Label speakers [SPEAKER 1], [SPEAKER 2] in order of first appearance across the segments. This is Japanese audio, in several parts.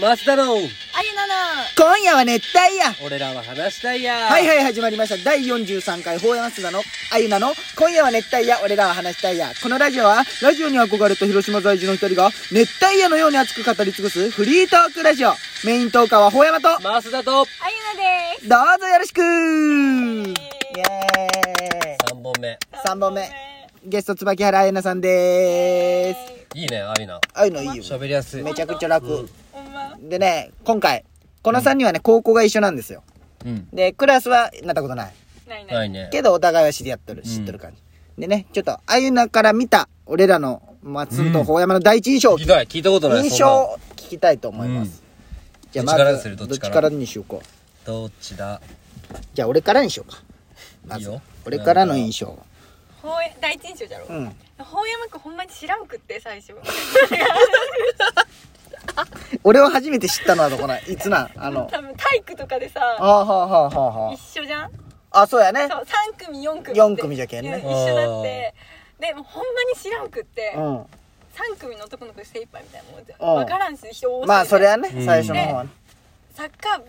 [SPEAKER 1] マスダの
[SPEAKER 2] あゆなの
[SPEAKER 3] 今夜は熱帯夜
[SPEAKER 1] 俺らは話したいや
[SPEAKER 3] はいはい始まりました第43回法山須田のあゆなの今夜は熱帯夜俺らは話したいやこのラジオはラジオに憧れた広島在住の一人が熱帯夜のように熱く語り尽くすフリートークラジオメイントーカーは法山とど
[SPEAKER 1] マスダと
[SPEAKER 2] あゆなで
[SPEAKER 3] うぞよろしくイエーイ
[SPEAKER 1] 3本目
[SPEAKER 3] 3本目ゲスト椿原彩奈さんでーす
[SPEAKER 1] いいねあいな
[SPEAKER 3] ああいうのいいよ
[SPEAKER 1] 喋りやすい
[SPEAKER 3] めちゃ
[SPEAKER 1] ち
[SPEAKER 3] くちゃ楽、
[SPEAKER 2] ほんま
[SPEAKER 3] でね今回この3人はね高校が一緒なんですよ
[SPEAKER 1] ゃうん
[SPEAKER 3] でクラスはなったことない
[SPEAKER 2] ないな
[SPEAKER 1] ないいね
[SPEAKER 3] けどお互いは知り合ってる知ってる感じ、でねちょっとあゆなから見た俺らの松本法山の第一印象、
[SPEAKER 1] 聞きたい聞いたことない
[SPEAKER 3] 印象を聞きたいと思います、じゃあまず
[SPEAKER 1] どっちからにするどっち
[SPEAKER 3] ど
[SPEAKER 1] から
[SPEAKER 3] っちからにしようか
[SPEAKER 1] そんなんどっちだ
[SPEAKER 3] じゃあ俺からにしようかま
[SPEAKER 1] いい
[SPEAKER 3] ず
[SPEAKER 1] よ
[SPEAKER 3] 俺からの印象
[SPEAKER 2] ほうや第一印象じゃろ
[SPEAKER 3] うん
[SPEAKER 2] ほうやまくんほんまに知らんくって最初
[SPEAKER 3] 俺を初めて知ったのはどこないいつなんあの
[SPEAKER 2] 多分体育とかで
[SPEAKER 3] あ
[SPEAKER 2] さ
[SPEAKER 3] はあはあはあは
[SPEAKER 2] 一緒じゃん
[SPEAKER 3] ああそうやね
[SPEAKER 2] そう三組四組って
[SPEAKER 3] 四組じゃけんね
[SPEAKER 2] う一緒だってでもうほんまに知らんくって
[SPEAKER 3] うん
[SPEAKER 2] 三組の男の子で精一杯みたいなもんじゃ
[SPEAKER 3] うん
[SPEAKER 2] ん分からんし人多すぎて
[SPEAKER 3] まあそれはね、
[SPEAKER 1] うん
[SPEAKER 3] 最初の方はね
[SPEAKER 2] サッカー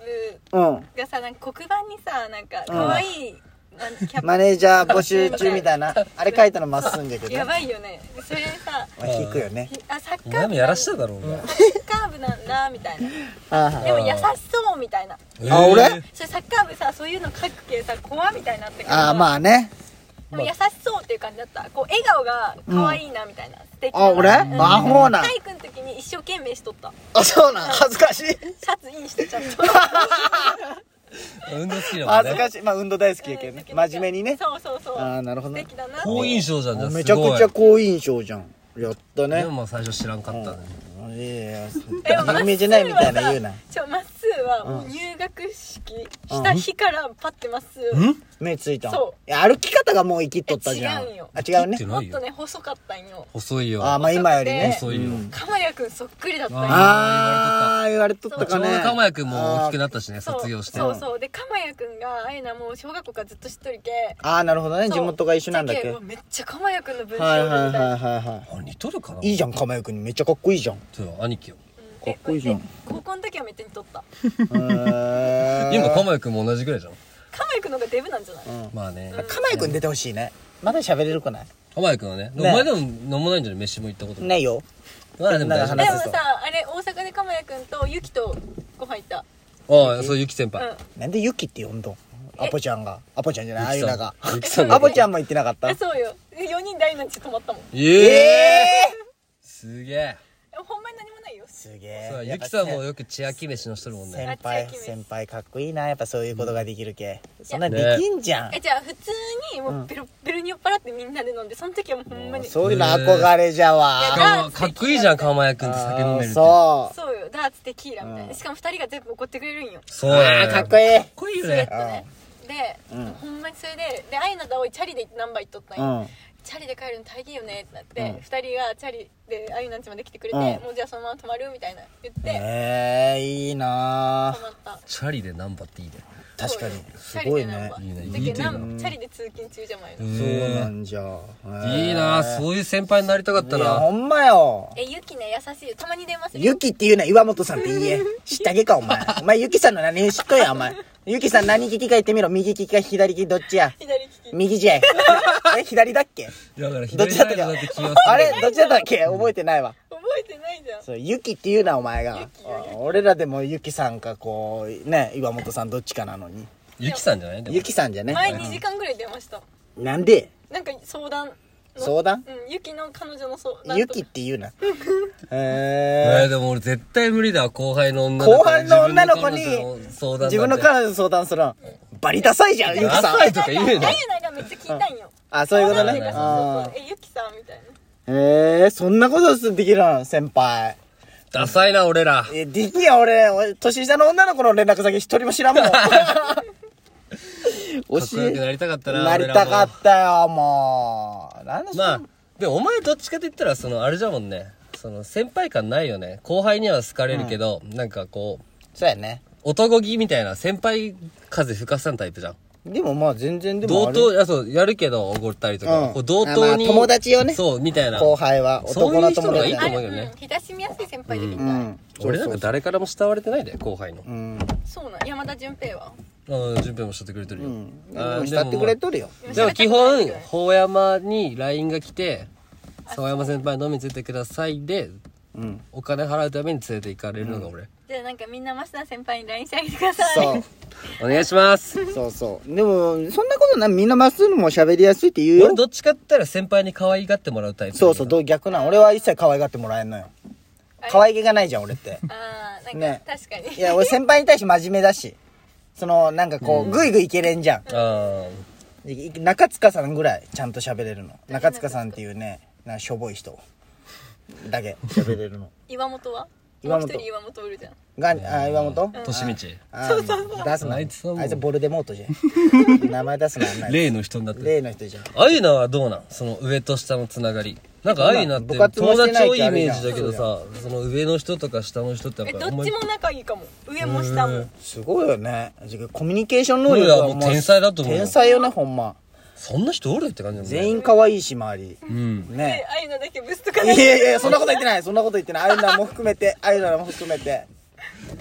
[SPEAKER 2] 部
[SPEAKER 3] うん
[SPEAKER 2] がさなんか黒板にさなんか可愛いなんキャプ
[SPEAKER 3] マネージャー募集中みたいなあれ書いたのまっすんじゃけど
[SPEAKER 2] や
[SPEAKER 3] ま
[SPEAKER 2] ばいよねそれさ
[SPEAKER 3] あ引くよね
[SPEAKER 2] あサッ
[SPEAKER 1] お
[SPEAKER 2] カー
[SPEAKER 1] 前も
[SPEAKER 2] 部
[SPEAKER 1] や
[SPEAKER 2] なん
[SPEAKER 1] らしただろうが
[SPEAKER 2] サッカー部なんだみたいな
[SPEAKER 3] ああ
[SPEAKER 2] でも優しそうみたいな
[SPEAKER 3] あ俺
[SPEAKER 2] それサッカー部さそういうの書く系さ怖みたいになったけど
[SPEAKER 3] ああまあね
[SPEAKER 2] でも優しそうっていう感じだったこう笑顔が可愛いなみたいな、素敵な
[SPEAKER 3] あ俺
[SPEAKER 2] うん
[SPEAKER 3] 魔法な
[SPEAKER 2] 体育の時に一生懸命しとった
[SPEAKER 3] あそうなん恥ずかしい
[SPEAKER 2] シャツインしてちゃんと恥
[SPEAKER 1] 運動好きだもん
[SPEAKER 3] 恥ず
[SPEAKER 1] ね
[SPEAKER 3] かしいまあ運動大好きやけどね 真面目にね
[SPEAKER 2] そうそうそう
[SPEAKER 3] ああなるほど
[SPEAKER 2] 素
[SPEAKER 3] ね
[SPEAKER 2] 敵だな
[SPEAKER 1] 好印象じゃんじゃあすごい
[SPEAKER 3] めちゃくちゃ好印象じゃんやった
[SPEAKER 1] で
[SPEAKER 3] ね
[SPEAKER 1] も最初知らんかったね
[SPEAKER 3] いやい
[SPEAKER 2] でも
[SPEAKER 3] や有名じゃないみたいな言うな
[SPEAKER 2] ちょまっすーはもう入学式した日からパッてまっすー、
[SPEAKER 1] ん
[SPEAKER 3] 目ついたん
[SPEAKER 2] そ
[SPEAKER 3] いや歩き方がもう生きっとったじゃん
[SPEAKER 2] え違うんよ
[SPEAKER 3] あ違うね
[SPEAKER 1] 生きて
[SPEAKER 2] もっとね細かったんよ
[SPEAKER 1] 細いよ
[SPEAKER 3] ああまあ今よりね
[SPEAKER 1] 細いよ
[SPEAKER 3] うん
[SPEAKER 2] 鎌谷くんそっくりだったんよ
[SPEAKER 3] ああ言われとった
[SPEAKER 1] ちょ
[SPEAKER 3] か
[SPEAKER 1] うど
[SPEAKER 3] ね
[SPEAKER 1] 鎌谷くんも大きく
[SPEAKER 3] あ
[SPEAKER 1] なったしね
[SPEAKER 2] そう
[SPEAKER 1] 卒業して
[SPEAKER 2] そうそうで鎌谷くんがあゆなもう小学校からずっと知っとるけ
[SPEAKER 3] ーあーなるほどね
[SPEAKER 2] そう
[SPEAKER 3] 地元が一緒なんだっ
[SPEAKER 2] じ
[SPEAKER 3] け
[SPEAKER 2] ゃう
[SPEAKER 3] は
[SPEAKER 2] わめっちゃ鎌谷くんの文
[SPEAKER 3] い
[SPEAKER 2] 章だ
[SPEAKER 3] はい
[SPEAKER 2] みた
[SPEAKER 3] はい
[SPEAKER 2] いな
[SPEAKER 3] はいは
[SPEAKER 1] あ似とるかない
[SPEAKER 3] いいじゃん釜谷君にめっちゃかっこいい じゃん
[SPEAKER 1] そうよ兄貴よ
[SPEAKER 3] かっこいいじゃん
[SPEAKER 2] で高校の時はめっちゃ似とった
[SPEAKER 3] 今
[SPEAKER 1] 今鎌谷くんも同じぐらいじゃん
[SPEAKER 2] 鎌谷くんの方がデブなんじゃない
[SPEAKER 1] まあね
[SPEAKER 3] 鎌谷君出てほしいねまだ喋れるくない
[SPEAKER 1] 浜谷君はね
[SPEAKER 3] ね
[SPEAKER 1] お前でも飲まないんじゃない飯も行ったことない
[SPEAKER 3] ないよ
[SPEAKER 1] まあでも大丈夫
[SPEAKER 3] な
[SPEAKER 2] で
[SPEAKER 3] ん
[SPEAKER 2] も
[SPEAKER 3] か話せ
[SPEAKER 1] あ
[SPEAKER 3] そう
[SPEAKER 2] さあれ大阪で鎌谷くんとユキとご飯行った
[SPEAKER 1] あそうゆき先輩
[SPEAKER 2] う
[SPEAKER 3] なんでユキって呼んどんアポちゃんがアポちゃんじゃないあゆ
[SPEAKER 1] ゆき
[SPEAKER 3] な
[SPEAKER 1] さ
[SPEAKER 3] んが
[SPEAKER 1] ゆきさんが
[SPEAKER 3] アポちゃんも言ってなかっ
[SPEAKER 2] ん
[SPEAKER 3] た
[SPEAKER 2] えそうよ4人大のうち泊まったもん
[SPEAKER 1] え
[SPEAKER 3] え
[SPEAKER 1] え
[SPEAKER 3] え
[SPEAKER 1] すげえ
[SPEAKER 2] ほんまに何もないよ
[SPEAKER 3] すげえ
[SPEAKER 1] そう
[SPEAKER 3] や
[SPEAKER 1] ゆ
[SPEAKER 3] っぱ
[SPEAKER 1] きさんもよく千秋飯のしとるもんね
[SPEAKER 3] 先輩
[SPEAKER 2] あ千秋
[SPEAKER 3] 先輩かっこいいなやっぱそういうことができるけそんな
[SPEAKER 1] ね
[SPEAKER 3] できんじゃん
[SPEAKER 2] えじゃあ普通にもうベロッベロに酔っ払ってみんなで飲んでその時はもうほんまにそ
[SPEAKER 3] そういうの憧れじゃ
[SPEAKER 2] え
[SPEAKER 3] わ
[SPEAKER 1] か
[SPEAKER 2] ー
[SPEAKER 1] かっこいいじゃん鎌谷君と酒飲めるって
[SPEAKER 3] そう
[SPEAKER 2] うよダーツテキーラみたいなしかも2人が全部怒ってくれるんよ
[SPEAKER 1] そう
[SPEAKER 3] あ
[SPEAKER 1] や
[SPEAKER 3] ー
[SPEAKER 1] ね
[SPEAKER 3] かっこいい
[SPEAKER 1] かっこいいよ
[SPEAKER 2] スウェッ
[SPEAKER 1] ね
[SPEAKER 2] トねで、
[SPEAKER 3] うん
[SPEAKER 2] ほんまにそれでであゆなと葵チャリで何杯行っとったんよ、
[SPEAKER 3] うん
[SPEAKER 2] チャリで帰るの大変よねってなっ
[SPEAKER 3] うん
[SPEAKER 2] て、二2人がチャリであゆなんちまで来てくれて、
[SPEAKER 3] うん
[SPEAKER 2] もうじゃあそのまま泊まるみたいな言って、
[SPEAKER 3] ええいいな
[SPEAKER 2] 泊まった
[SPEAKER 1] チャリでナンバっていいね
[SPEAKER 3] 確かにす
[SPEAKER 2] そうよ
[SPEAKER 3] ごい
[SPEAKER 2] チャリでナン
[SPEAKER 3] ね
[SPEAKER 2] バ
[SPEAKER 1] いいね
[SPEAKER 2] だ
[SPEAKER 1] いい手だなん
[SPEAKER 2] けどなチャリで通勤中じゃないの、
[SPEAKER 3] そうな
[SPEAKER 1] へ
[SPEAKER 3] んじゃ
[SPEAKER 1] えいいな
[SPEAKER 3] う
[SPEAKER 1] そういう先輩になりたかった
[SPEAKER 3] いや
[SPEAKER 1] な
[SPEAKER 3] ほんまよ
[SPEAKER 2] えゆきね優しいよたまに電話するよ
[SPEAKER 3] ゆきっていうな岩本さんって言え。知ったげか、お前。お前、ゆきさんの何知っとや、お前。ゆきさん何利きか言ってみろ。右利きか左利きどっちや。
[SPEAKER 2] 左利き
[SPEAKER 3] 右 じゃい。え、左だっけ
[SPEAKER 1] だから
[SPEAKER 3] どっ
[SPEAKER 1] 左
[SPEAKER 3] ちだ
[SPEAKER 1] サ
[SPEAKER 3] っ
[SPEAKER 1] イ
[SPEAKER 3] た
[SPEAKER 1] ド
[SPEAKER 3] か
[SPEAKER 1] だって気がする
[SPEAKER 3] あれどっちだったっけ覚えてないわ。
[SPEAKER 2] 覚えてないじゃん
[SPEAKER 3] そう、ゆきっていうな、お前が。俺らでもゆきさんか、こう、ね、岩本さんどっちかなのに。
[SPEAKER 1] ゆきさんじゃないでも
[SPEAKER 3] ゆきさんじゃね。
[SPEAKER 2] 前2時間ぐらい電話した
[SPEAKER 3] なんで
[SPEAKER 2] なんか相談の
[SPEAKER 3] 相談
[SPEAKER 2] うんゆきの彼女の相談とか
[SPEAKER 3] ゆきっていうな。
[SPEAKER 1] え
[SPEAKER 3] え
[SPEAKER 1] ー、
[SPEAKER 3] ー
[SPEAKER 1] でも俺絶対無理だ後輩の女の子
[SPEAKER 3] 後輩の女の子に
[SPEAKER 1] 自分
[SPEAKER 3] 自分の
[SPEAKER 1] の彼女の相談なんて
[SPEAKER 3] 彼女の相談するの。バリダサいじゃん、ゆきさん。
[SPEAKER 1] ダサいとか言う
[SPEAKER 2] あ
[SPEAKER 1] な
[SPEAKER 2] ゆながめっちゃ聞いたんよ
[SPEAKER 3] あ、そういうことね。
[SPEAKER 2] そう
[SPEAKER 3] あー
[SPEAKER 2] えゆきさんみたいな
[SPEAKER 3] えー、そんなことすできるの先輩。
[SPEAKER 1] ダサいな俺ら
[SPEAKER 3] え、できや、俺、俺年下の女の子の連絡先一人も知 らんもん。
[SPEAKER 1] かっこよくなりたかったな
[SPEAKER 3] なりたかったよ、もう。なんでしょう、
[SPEAKER 1] まあでもお前どっちかと言ったらそのあれじゃもんねその先輩感ないよね後輩には好かれるけど、なんかこう
[SPEAKER 3] そうやね。
[SPEAKER 1] 男気みたいな先輩風吹かさんタイプじゃん
[SPEAKER 3] でもまあ全然でも
[SPEAKER 1] 同
[SPEAKER 3] あれ
[SPEAKER 1] 等、あ、そう、やるけど、おごったりと
[SPEAKER 3] うん
[SPEAKER 1] か、こう同等に。
[SPEAKER 3] あまあ友達をね
[SPEAKER 1] そう、みたいな。
[SPEAKER 3] 後輩は
[SPEAKER 1] そう
[SPEAKER 3] 男
[SPEAKER 1] い
[SPEAKER 3] の
[SPEAKER 1] う人の
[SPEAKER 3] 友
[SPEAKER 1] 方が
[SPEAKER 3] 達
[SPEAKER 1] いいと
[SPEAKER 3] だ
[SPEAKER 1] 思
[SPEAKER 2] う
[SPEAKER 1] うけど
[SPEAKER 2] ん
[SPEAKER 1] ね。
[SPEAKER 2] 親しみやすい先輩でみたい、
[SPEAKER 3] うん
[SPEAKER 1] 俺なんか誰からも慕われてないで、後輩の。
[SPEAKER 3] うん
[SPEAKER 2] そうなん山田純平は
[SPEAKER 1] うん、準備もしてくれてる
[SPEAKER 3] う
[SPEAKER 1] よ。
[SPEAKER 3] んで
[SPEAKER 1] あ
[SPEAKER 3] も
[SPEAKER 1] ー
[SPEAKER 3] 慕ってくれとるよ
[SPEAKER 1] でも基
[SPEAKER 2] 喋
[SPEAKER 1] 本
[SPEAKER 2] りたくない、よ
[SPEAKER 1] 法山に LINE が来て、沢山先輩飲みに連れてくださいで、
[SPEAKER 3] うん
[SPEAKER 1] お金払うために連れて行かれるのが俺。
[SPEAKER 2] じゃあなんかみんな増田先輩に LINE してあげてください
[SPEAKER 3] そう
[SPEAKER 1] お願いします。
[SPEAKER 3] そうそうでもそんなことないみんなまっすぐも喋りやすいって言う
[SPEAKER 1] 俺
[SPEAKER 3] よ
[SPEAKER 1] どっちかって言ったら先輩に可愛がってもらうタイプ。
[SPEAKER 3] そうそうどう逆なん俺は一切可愛がってもらえんのよ可愛げがないじゃん俺 って
[SPEAKER 2] ああなん
[SPEAKER 3] ね
[SPEAKER 2] か確かに、
[SPEAKER 3] いや俺先輩に対して真面目だしそのなんかこうグイグイいけれんじゃん
[SPEAKER 1] ああ。
[SPEAKER 3] い中塚さんぐらいちゃんと喋れるの中塚さんっていうねなんかしょぼい人だけ喋れるの
[SPEAKER 2] 岩本は
[SPEAKER 3] 岩
[SPEAKER 2] 岩
[SPEAKER 3] 本
[SPEAKER 2] 本一人岩本おるじゃん
[SPEAKER 3] があ岩本
[SPEAKER 1] としみち。
[SPEAKER 3] あ出すなあ
[SPEAKER 1] あ
[SPEAKER 3] い
[SPEAKER 1] い
[SPEAKER 3] つ
[SPEAKER 1] つはもう
[SPEAKER 3] ボルデモートじゃ ん名前出すなあんなや
[SPEAKER 1] 例の人になっ
[SPEAKER 3] つ
[SPEAKER 1] てる。
[SPEAKER 3] 例の人じゃん
[SPEAKER 1] アイナはどうなんその上と下のつながり。なんかアイナって
[SPEAKER 3] 部活も
[SPEAKER 1] 友
[SPEAKER 3] してないっ
[SPEAKER 1] 達多
[SPEAKER 3] て
[SPEAKER 1] い
[SPEAKER 3] あ
[SPEAKER 1] イ
[SPEAKER 3] れじ
[SPEAKER 1] メ
[SPEAKER 3] ゃん
[SPEAKER 1] ージだけどさ、その上の人とか下の人ってや
[SPEAKER 2] え
[SPEAKER 1] っぱ
[SPEAKER 2] ど
[SPEAKER 1] あんま
[SPEAKER 2] っ
[SPEAKER 1] り
[SPEAKER 2] ちも仲いいかも上も下も
[SPEAKER 3] すごいよねコミュニケーション能力
[SPEAKER 1] いやもう天才だと思うよ
[SPEAKER 3] 天才よねほんま
[SPEAKER 1] そんな人おるって感じだもんね。
[SPEAKER 3] 全員可愛いし周り
[SPEAKER 1] うん。
[SPEAKER 2] で
[SPEAKER 3] ね
[SPEAKER 2] 愛のだけブスと
[SPEAKER 3] い
[SPEAKER 2] か
[SPEAKER 3] や
[SPEAKER 2] ない
[SPEAKER 3] いやいやそんなこと言ってないそんなこと言ってないアイナも含めてアイナも含めて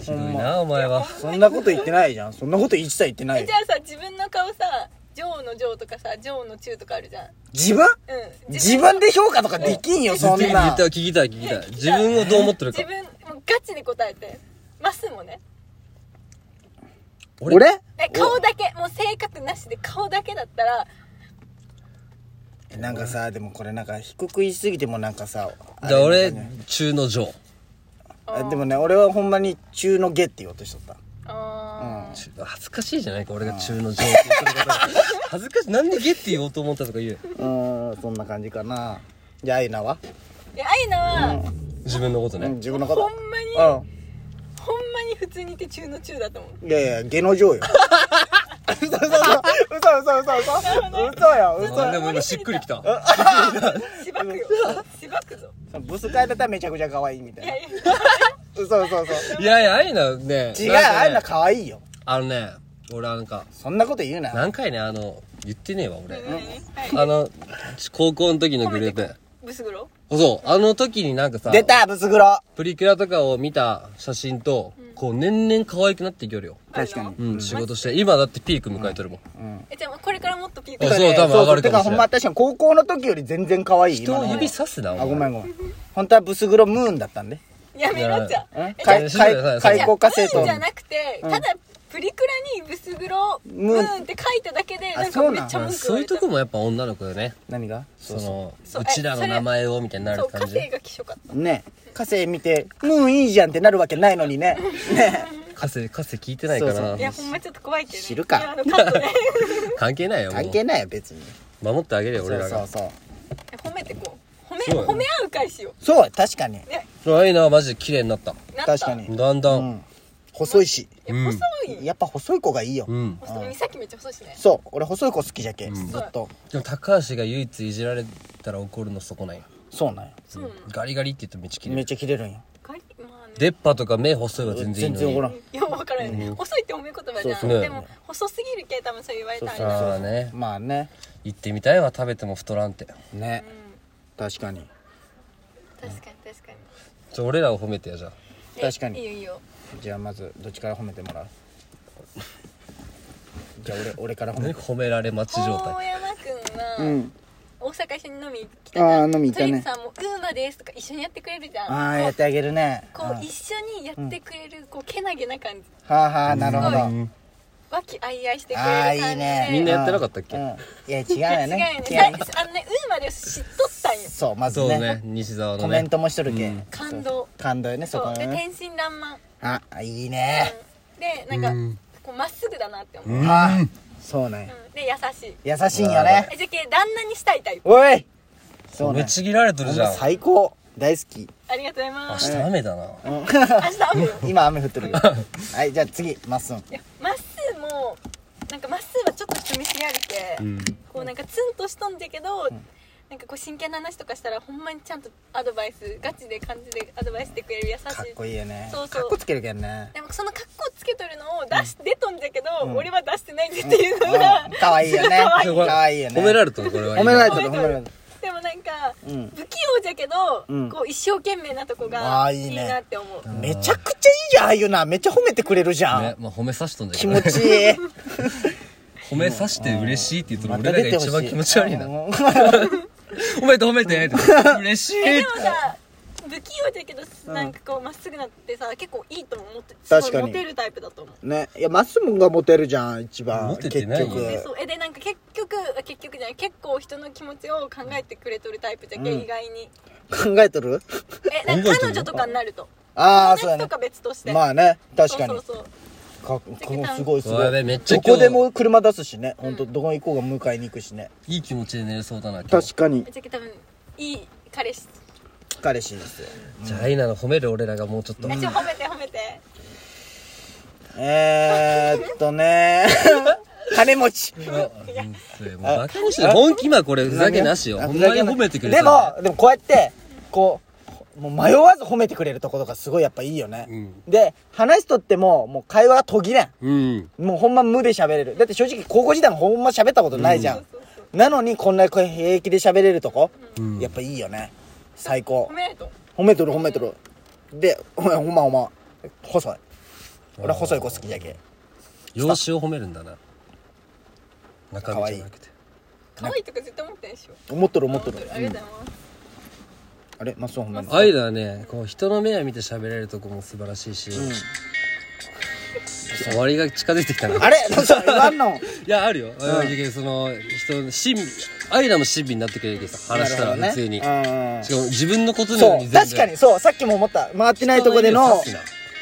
[SPEAKER 1] ひどいな、お前は。
[SPEAKER 3] そんなこと言ってないじゃんそんなこと一切言ってない
[SPEAKER 2] え
[SPEAKER 3] よ
[SPEAKER 2] じゃあさ自分の顔さジョーのジョーとかさジョーのチューとかあるじゃん
[SPEAKER 3] 自分
[SPEAKER 2] うん
[SPEAKER 3] 自分で評価とかできんよそん
[SPEAKER 1] 言
[SPEAKER 3] な
[SPEAKER 1] った聞きたい聞きたい。自分をどう思ってる か
[SPEAKER 2] 自。分もうガチで答えてまっすーもね
[SPEAKER 1] 俺
[SPEAKER 3] 俺
[SPEAKER 2] え顔だけもう性格なしで顔だけだったら
[SPEAKER 3] なんかさでもこれなんか低く言いすぎてもなんかさ
[SPEAKER 1] じゃあ
[SPEAKER 3] あれ
[SPEAKER 1] 俺
[SPEAKER 3] なんかね、
[SPEAKER 1] 中の上。
[SPEAKER 3] あでもね俺はほんまに中の下って言おうとしとった
[SPEAKER 2] あ
[SPEAKER 1] 中恥ずかしいじゃないか、俺が中の上って言ってることが。恥ずかしい。なんでゲって言おうと思ったとか言う。
[SPEAKER 3] うーんそんな感じかなじゃあアイナは、
[SPEAKER 2] ーいや愛のは
[SPEAKER 1] 自分のこと
[SPEAKER 3] うん、
[SPEAKER 1] ね。
[SPEAKER 3] 自分のこ
[SPEAKER 2] ほん
[SPEAKER 3] と
[SPEAKER 2] まに
[SPEAKER 3] う
[SPEAKER 2] ほんまに普通にいて中の中だと思うん
[SPEAKER 3] いやいや下の上よ 嘘嘘嘘嘘嘘嘘嘘嘘よ嘘
[SPEAKER 1] あでも今しっくりきた。
[SPEAKER 2] しばくよしばくぞ
[SPEAKER 3] そのブス変えたらめちゃくちゃ可愛いみたい
[SPEAKER 2] い
[SPEAKER 3] な
[SPEAKER 2] やいや
[SPEAKER 3] 嘘嘘嘘
[SPEAKER 1] いやいや、アイナね。
[SPEAKER 3] 違う
[SPEAKER 1] なんかね
[SPEAKER 3] アイナ可愛いよ
[SPEAKER 1] あのね、俺はなんか、
[SPEAKER 3] そんなこと言うな
[SPEAKER 1] 何回ね、あの、言ってねえわ、俺。
[SPEAKER 2] はい
[SPEAKER 1] あの、高校の時のグループ。
[SPEAKER 2] ブス黒
[SPEAKER 1] そう、あの時になんかさ、
[SPEAKER 3] 出たブス黒
[SPEAKER 1] プリキュアとかを見た写真と、こう、年々可愛くなっていけるよ。
[SPEAKER 3] 確かに
[SPEAKER 1] うん、仕事して。今だってピーク迎えてるもん。
[SPEAKER 2] えじゃあもうこれからもっとピーク
[SPEAKER 1] あ
[SPEAKER 3] てか
[SPEAKER 1] そう
[SPEAKER 3] ね
[SPEAKER 1] 多分上がるかもしれない
[SPEAKER 3] てかほんま確かに高校の時より全然可愛い
[SPEAKER 1] 人を
[SPEAKER 3] 今の
[SPEAKER 1] 指さすな、お
[SPEAKER 3] あ
[SPEAKER 1] 前
[SPEAKER 3] ごめんごめん本当はブス黒ムーンだったんで
[SPEAKER 2] やめろじゃ
[SPEAKER 3] うん
[SPEAKER 2] え
[SPEAKER 3] 開
[SPEAKER 1] いやいやい
[SPEAKER 3] 開
[SPEAKER 1] や
[SPEAKER 3] 開口化生
[SPEAKER 2] ムー
[SPEAKER 3] 徒
[SPEAKER 2] ンじゃなくてただプリクラにブス黒
[SPEAKER 3] ム
[SPEAKER 2] ム
[SPEAKER 3] ーン
[SPEAKER 2] ーンって書いただけで
[SPEAKER 3] あ
[SPEAKER 2] なん
[SPEAKER 3] そうな
[SPEAKER 2] かめ
[SPEAKER 3] ん
[SPEAKER 2] っちゃ文句言
[SPEAKER 1] そう
[SPEAKER 2] わ
[SPEAKER 1] いう
[SPEAKER 2] れた
[SPEAKER 1] とこもやっぱ女の子よね。
[SPEAKER 3] 何が
[SPEAKER 1] その、
[SPEAKER 2] そう
[SPEAKER 1] うちらの名前を、みたいにな
[SPEAKER 2] そ
[SPEAKER 1] る
[SPEAKER 2] う家
[SPEAKER 1] 感じ。
[SPEAKER 2] 庭が希少かった
[SPEAKER 3] ね火星見てムーンいいじゃんってなるわけないのにねね
[SPEAKER 1] カセ、カセ聞いてないか
[SPEAKER 3] そうそ
[SPEAKER 1] ら
[SPEAKER 3] う
[SPEAKER 2] い、やほんまちょっと怖いけどね
[SPEAKER 3] 知るか
[SPEAKER 2] いやあのカットね
[SPEAKER 1] 関係ないよ、も
[SPEAKER 3] 関
[SPEAKER 1] う。
[SPEAKER 3] 係ないよ別に
[SPEAKER 1] 守ってあげるよ、
[SPEAKER 3] そ
[SPEAKER 1] 俺
[SPEAKER 3] う
[SPEAKER 1] ら
[SPEAKER 3] そう
[SPEAKER 1] が。
[SPEAKER 3] そう
[SPEAKER 2] 褒めてこう褒
[SPEAKER 1] そうだ
[SPEAKER 2] め
[SPEAKER 1] ね
[SPEAKER 2] 褒め合う会しよ
[SPEAKER 3] そうよ確かに
[SPEAKER 2] うね
[SPEAKER 1] そう、アイナはマジで綺麗になった。
[SPEAKER 2] なった
[SPEAKER 3] 確かに
[SPEAKER 1] だんだ。
[SPEAKER 3] うんん細いし
[SPEAKER 2] いや細い
[SPEAKER 3] やっぱ細い子がいいよ
[SPEAKER 1] うん。
[SPEAKER 2] 細いさっきめっちゃ細いしね
[SPEAKER 3] そう俺細い子好きじゃけずっと
[SPEAKER 1] でも高橋が唯一いじられたら怒るのそこない
[SPEAKER 3] そうなんよ
[SPEAKER 2] そうなの
[SPEAKER 1] ガリガリって言ってめっちゃ綺
[SPEAKER 3] めっ
[SPEAKER 1] 麗
[SPEAKER 3] ちゃ切れるんよ
[SPEAKER 2] ガリまあね
[SPEAKER 1] 出っ歯とか目細いは全然いいのに
[SPEAKER 3] 怒らん
[SPEAKER 2] いや分からんよね細いって褒め言葉じゃ
[SPEAKER 3] そ
[SPEAKER 1] うんそう
[SPEAKER 2] でも細すぎるけ多分そう言われたらあれだ
[SPEAKER 1] ああね
[SPEAKER 3] まあね
[SPEAKER 1] 行ってみたいわ食べても太らんって
[SPEAKER 3] ね
[SPEAKER 2] うん
[SPEAKER 3] 確かに
[SPEAKER 2] 確かに確かに
[SPEAKER 1] じゃあ俺らを褒めてやじゃあ
[SPEAKER 2] え
[SPEAKER 3] 確かに
[SPEAKER 2] いいよいいよ
[SPEAKER 3] じゃあまずどっちから褒めても らうじゃあ俺俺から褒め
[SPEAKER 1] 何
[SPEAKER 3] て
[SPEAKER 1] 褒められ待ち状
[SPEAKER 2] 大
[SPEAKER 1] 態
[SPEAKER 2] 山
[SPEAKER 3] う
[SPEAKER 2] く
[SPEAKER 3] ん
[SPEAKER 2] は
[SPEAKER 3] ん
[SPEAKER 2] 大阪一緒に飲み来たじ
[SPEAKER 3] あ
[SPEAKER 2] ゃ
[SPEAKER 3] ー
[SPEAKER 2] ん
[SPEAKER 3] 飲み行ったね
[SPEAKER 2] とりあえずさもう「ウーマです」とか一緒にやってくれるじゃん
[SPEAKER 3] ああやってあげるね
[SPEAKER 2] こう一緒にやってくれるこうけなげな感じ
[SPEAKER 3] はあはあなるほど
[SPEAKER 2] う
[SPEAKER 3] うん
[SPEAKER 2] 和気あいあいしてくれる
[SPEAKER 3] あー
[SPEAKER 2] 感
[SPEAKER 3] いい
[SPEAKER 2] じで
[SPEAKER 3] ね
[SPEAKER 1] みんなやってなかったっけ
[SPEAKER 3] いや違う
[SPEAKER 2] いや
[SPEAKER 3] よ ね
[SPEAKER 2] 違うよね
[SPEAKER 3] 違うよ
[SPEAKER 2] 最
[SPEAKER 3] ね
[SPEAKER 2] 初あのねウーマです知っとったんよ
[SPEAKER 3] そうまず
[SPEAKER 1] そう
[SPEAKER 3] ね
[SPEAKER 1] ね西澤
[SPEAKER 3] コ
[SPEAKER 1] の
[SPEAKER 3] メ
[SPEAKER 1] ね
[SPEAKER 3] ントもしとるけん
[SPEAKER 2] 感動
[SPEAKER 3] 感動よねそこ
[SPEAKER 2] そ
[SPEAKER 3] の
[SPEAKER 2] うで
[SPEAKER 3] ね
[SPEAKER 2] 天真爛漫
[SPEAKER 3] あいいね
[SPEAKER 2] でなんかこうまっすぐだなって思ううん
[SPEAKER 3] あそうなんや
[SPEAKER 2] で優しい
[SPEAKER 3] 優しいんよね
[SPEAKER 2] えじゃけ旦那にしたいタイプ
[SPEAKER 3] おいそうね
[SPEAKER 1] めちぎられてるじゃん明
[SPEAKER 3] 最高大好き
[SPEAKER 2] ありがとうございます
[SPEAKER 1] 日雨だな
[SPEAKER 2] 明日雨よ
[SPEAKER 3] 今雨降って るよはいじゃあ次まっすん
[SPEAKER 2] いやまっすーもなんかまっすーはちょっと積みすがれて、こうなんかツンとしとんじゃけど、なんかこう真剣な話とかしたらほんまにちゃんとアドバイスガチで感じでアドバイスしてくれる優しい
[SPEAKER 3] かっこいいよね
[SPEAKER 2] そう
[SPEAKER 3] か
[SPEAKER 2] そう
[SPEAKER 3] っこつけるけんね
[SPEAKER 2] でもその格好つけとるのを出し、出とんじゃけど、
[SPEAKER 3] うん
[SPEAKER 2] 俺は出してないぜっていうのが、
[SPEAKER 3] かわいいよね。
[SPEAKER 2] 可愛
[SPEAKER 3] か
[SPEAKER 2] い
[SPEAKER 3] わいいよね。
[SPEAKER 1] 褒められたのこれは
[SPEAKER 3] 褒められてる、褒
[SPEAKER 2] 褒め
[SPEAKER 3] め
[SPEAKER 2] ら
[SPEAKER 3] ら
[SPEAKER 2] れ
[SPEAKER 3] れてる。
[SPEAKER 2] でもなんか、
[SPEAKER 3] うん
[SPEAKER 2] 不器用じゃけど、
[SPEAKER 3] うん
[SPEAKER 2] こう一生懸命なとこ
[SPEAKER 3] あ
[SPEAKER 2] が
[SPEAKER 3] ーい
[SPEAKER 2] い
[SPEAKER 3] い
[SPEAKER 2] い
[SPEAKER 3] ね
[SPEAKER 2] なって思う、
[SPEAKER 3] めちゃくちゃいいじゃん、ああいうな。めっちゃ褒めてくれるじゃん。
[SPEAKER 1] ねまあ褒めさしとんじゃ
[SPEAKER 3] 気
[SPEAKER 1] けど
[SPEAKER 3] 持ちいい。
[SPEAKER 1] 褒めさして嬉しいって言ってる
[SPEAKER 3] ま
[SPEAKER 1] 俺
[SPEAKER 3] た
[SPEAKER 1] らが
[SPEAKER 3] 出てほし
[SPEAKER 1] 一
[SPEAKER 3] い。
[SPEAKER 1] 番気持ち悪いな
[SPEAKER 3] うん
[SPEAKER 1] 褒めて褒めてって嬉し
[SPEAKER 2] え
[SPEAKER 1] い
[SPEAKER 2] でもさ不器用だけどなんかこうまっすぐなってさ結構いいとも思ってす
[SPEAKER 3] 確
[SPEAKER 2] ご
[SPEAKER 3] か
[SPEAKER 2] い
[SPEAKER 3] に
[SPEAKER 2] モテるタイプだと思う
[SPEAKER 3] ね。いや、マッスモンがモテるじゃん、一番。
[SPEAKER 1] モテてないよ
[SPEAKER 3] 結局
[SPEAKER 2] でそうえでなんか結局あ結局じゃない結構人の気持ちを考えてくれとるタイプじゃけ、
[SPEAKER 3] うん
[SPEAKER 2] 意外に
[SPEAKER 3] 考えとる
[SPEAKER 2] えなん
[SPEAKER 1] 考
[SPEAKER 2] か
[SPEAKER 1] えて
[SPEAKER 2] 彼
[SPEAKER 1] る
[SPEAKER 2] 女とかになると
[SPEAKER 3] ああ、そうだ
[SPEAKER 2] 友達と
[SPEAKER 3] ね。
[SPEAKER 2] か別として、
[SPEAKER 3] まあね、確かに。
[SPEAKER 2] そうそうそう
[SPEAKER 3] かこのすごいす
[SPEAKER 1] う
[SPEAKER 3] ご
[SPEAKER 1] わ
[SPEAKER 3] い
[SPEAKER 1] めっちゃ
[SPEAKER 3] ど
[SPEAKER 1] 今日
[SPEAKER 3] こでも車出すしね本当どこ行こうが迎えに行くしね
[SPEAKER 1] いい気持ちで寝れそうだな今日
[SPEAKER 3] かに
[SPEAKER 2] めちゃけ多分いい彼氏
[SPEAKER 3] 彼氏ですよ
[SPEAKER 1] じゃあアイナの褒める俺らがもうちょっと、
[SPEAKER 2] えちょ褒めて褒めて
[SPEAKER 3] えー、っとね 金持ち
[SPEAKER 1] うんそれもうバカにしてる本気今これふざけなしよほんまに褒めてくれ
[SPEAKER 3] で
[SPEAKER 1] たら
[SPEAKER 3] もでもこうやってこうもう迷わず褒めてくれるところがすごいやっぱいいよね、
[SPEAKER 1] うん
[SPEAKER 3] で話しとってももう会話が途切れん
[SPEAKER 1] うん
[SPEAKER 3] もうほんま無で喋れるだって正直高校時代もほんま喋ったことないじゃん、
[SPEAKER 2] そうそう
[SPEAKER 3] なのにこんな平気で喋れるとこ、
[SPEAKER 1] うん
[SPEAKER 3] やっぱいいよね最高
[SPEAKER 2] 褒めないと
[SPEAKER 3] 褒めとる褒めとるでお前ほんまほんま細い俺細い子好きじゃけ
[SPEAKER 1] 容姿を褒めるんだな中身じゃなくて
[SPEAKER 2] 可愛いとか絶対思ってんでしょ
[SPEAKER 3] 思っとる思っとる
[SPEAKER 2] あ
[SPEAKER 3] うん
[SPEAKER 2] りがとうございます、
[SPEAKER 3] あれマスオほんまに
[SPEAKER 1] アイナはねこう人の目を見て喋れるとこも素晴らしいし、終わりが近づいてきた な
[SPEAKER 3] あれマスオ言わんの
[SPEAKER 1] いやあるよ、あるけどその人の親身アイナも親身になってくれるけどさ話したら普通に、
[SPEAKER 3] なるほどね
[SPEAKER 1] しかも自分のこと
[SPEAKER 3] うん
[SPEAKER 1] のよう
[SPEAKER 3] そ
[SPEAKER 1] に
[SPEAKER 3] う確かにそうさっきも思った回ってないとこでの
[SPEAKER 1] 人の家を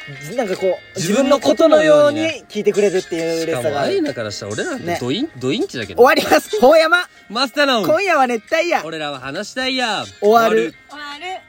[SPEAKER 1] 指す
[SPEAKER 3] なんかこう自
[SPEAKER 1] 自
[SPEAKER 3] 分
[SPEAKER 1] 分
[SPEAKER 3] の
[SPEAKER 1] の
[SPEAKER 3] こ
[SPEAKER 1] ことと
[SPEAKER 3] の
[SPEAKER 1] の
[SPEAKER 3] よ
[SPEAKER 1] よ
[SPEAKER 3] う
[SPEAKER 1] う
[SPEAKER 3] に
[SPEAKER 1] に
[SPEAKER 3] 聞いてくれるっていう
[SPEAKER 1] な
[SPEAKER 3] 嬉
[SPEAKER 1] し
[SPEAKER 3] し
[SPEAKER 1] か
[SPEAKER 3] さがあ
[SPEAKER 1] もアイ
[SPEAKER 3] る
[SPEAKER 1] ナからしたら俺なん
[SPEAKER 3] ね
[SPEAKER 1] てドイン、ドインチだ
[SPEAKER 3] 終
[SPEAKER 1] けど
[SPEAKER 3] わります大山
[SPEAKER 1] マスターの
[SPEAKER 3] 今夜は熱帯夜
[SPEAKER 1] 俺らは話したいや
[SPEAKER 3] 終わる
[SPEAKER 2] 終わる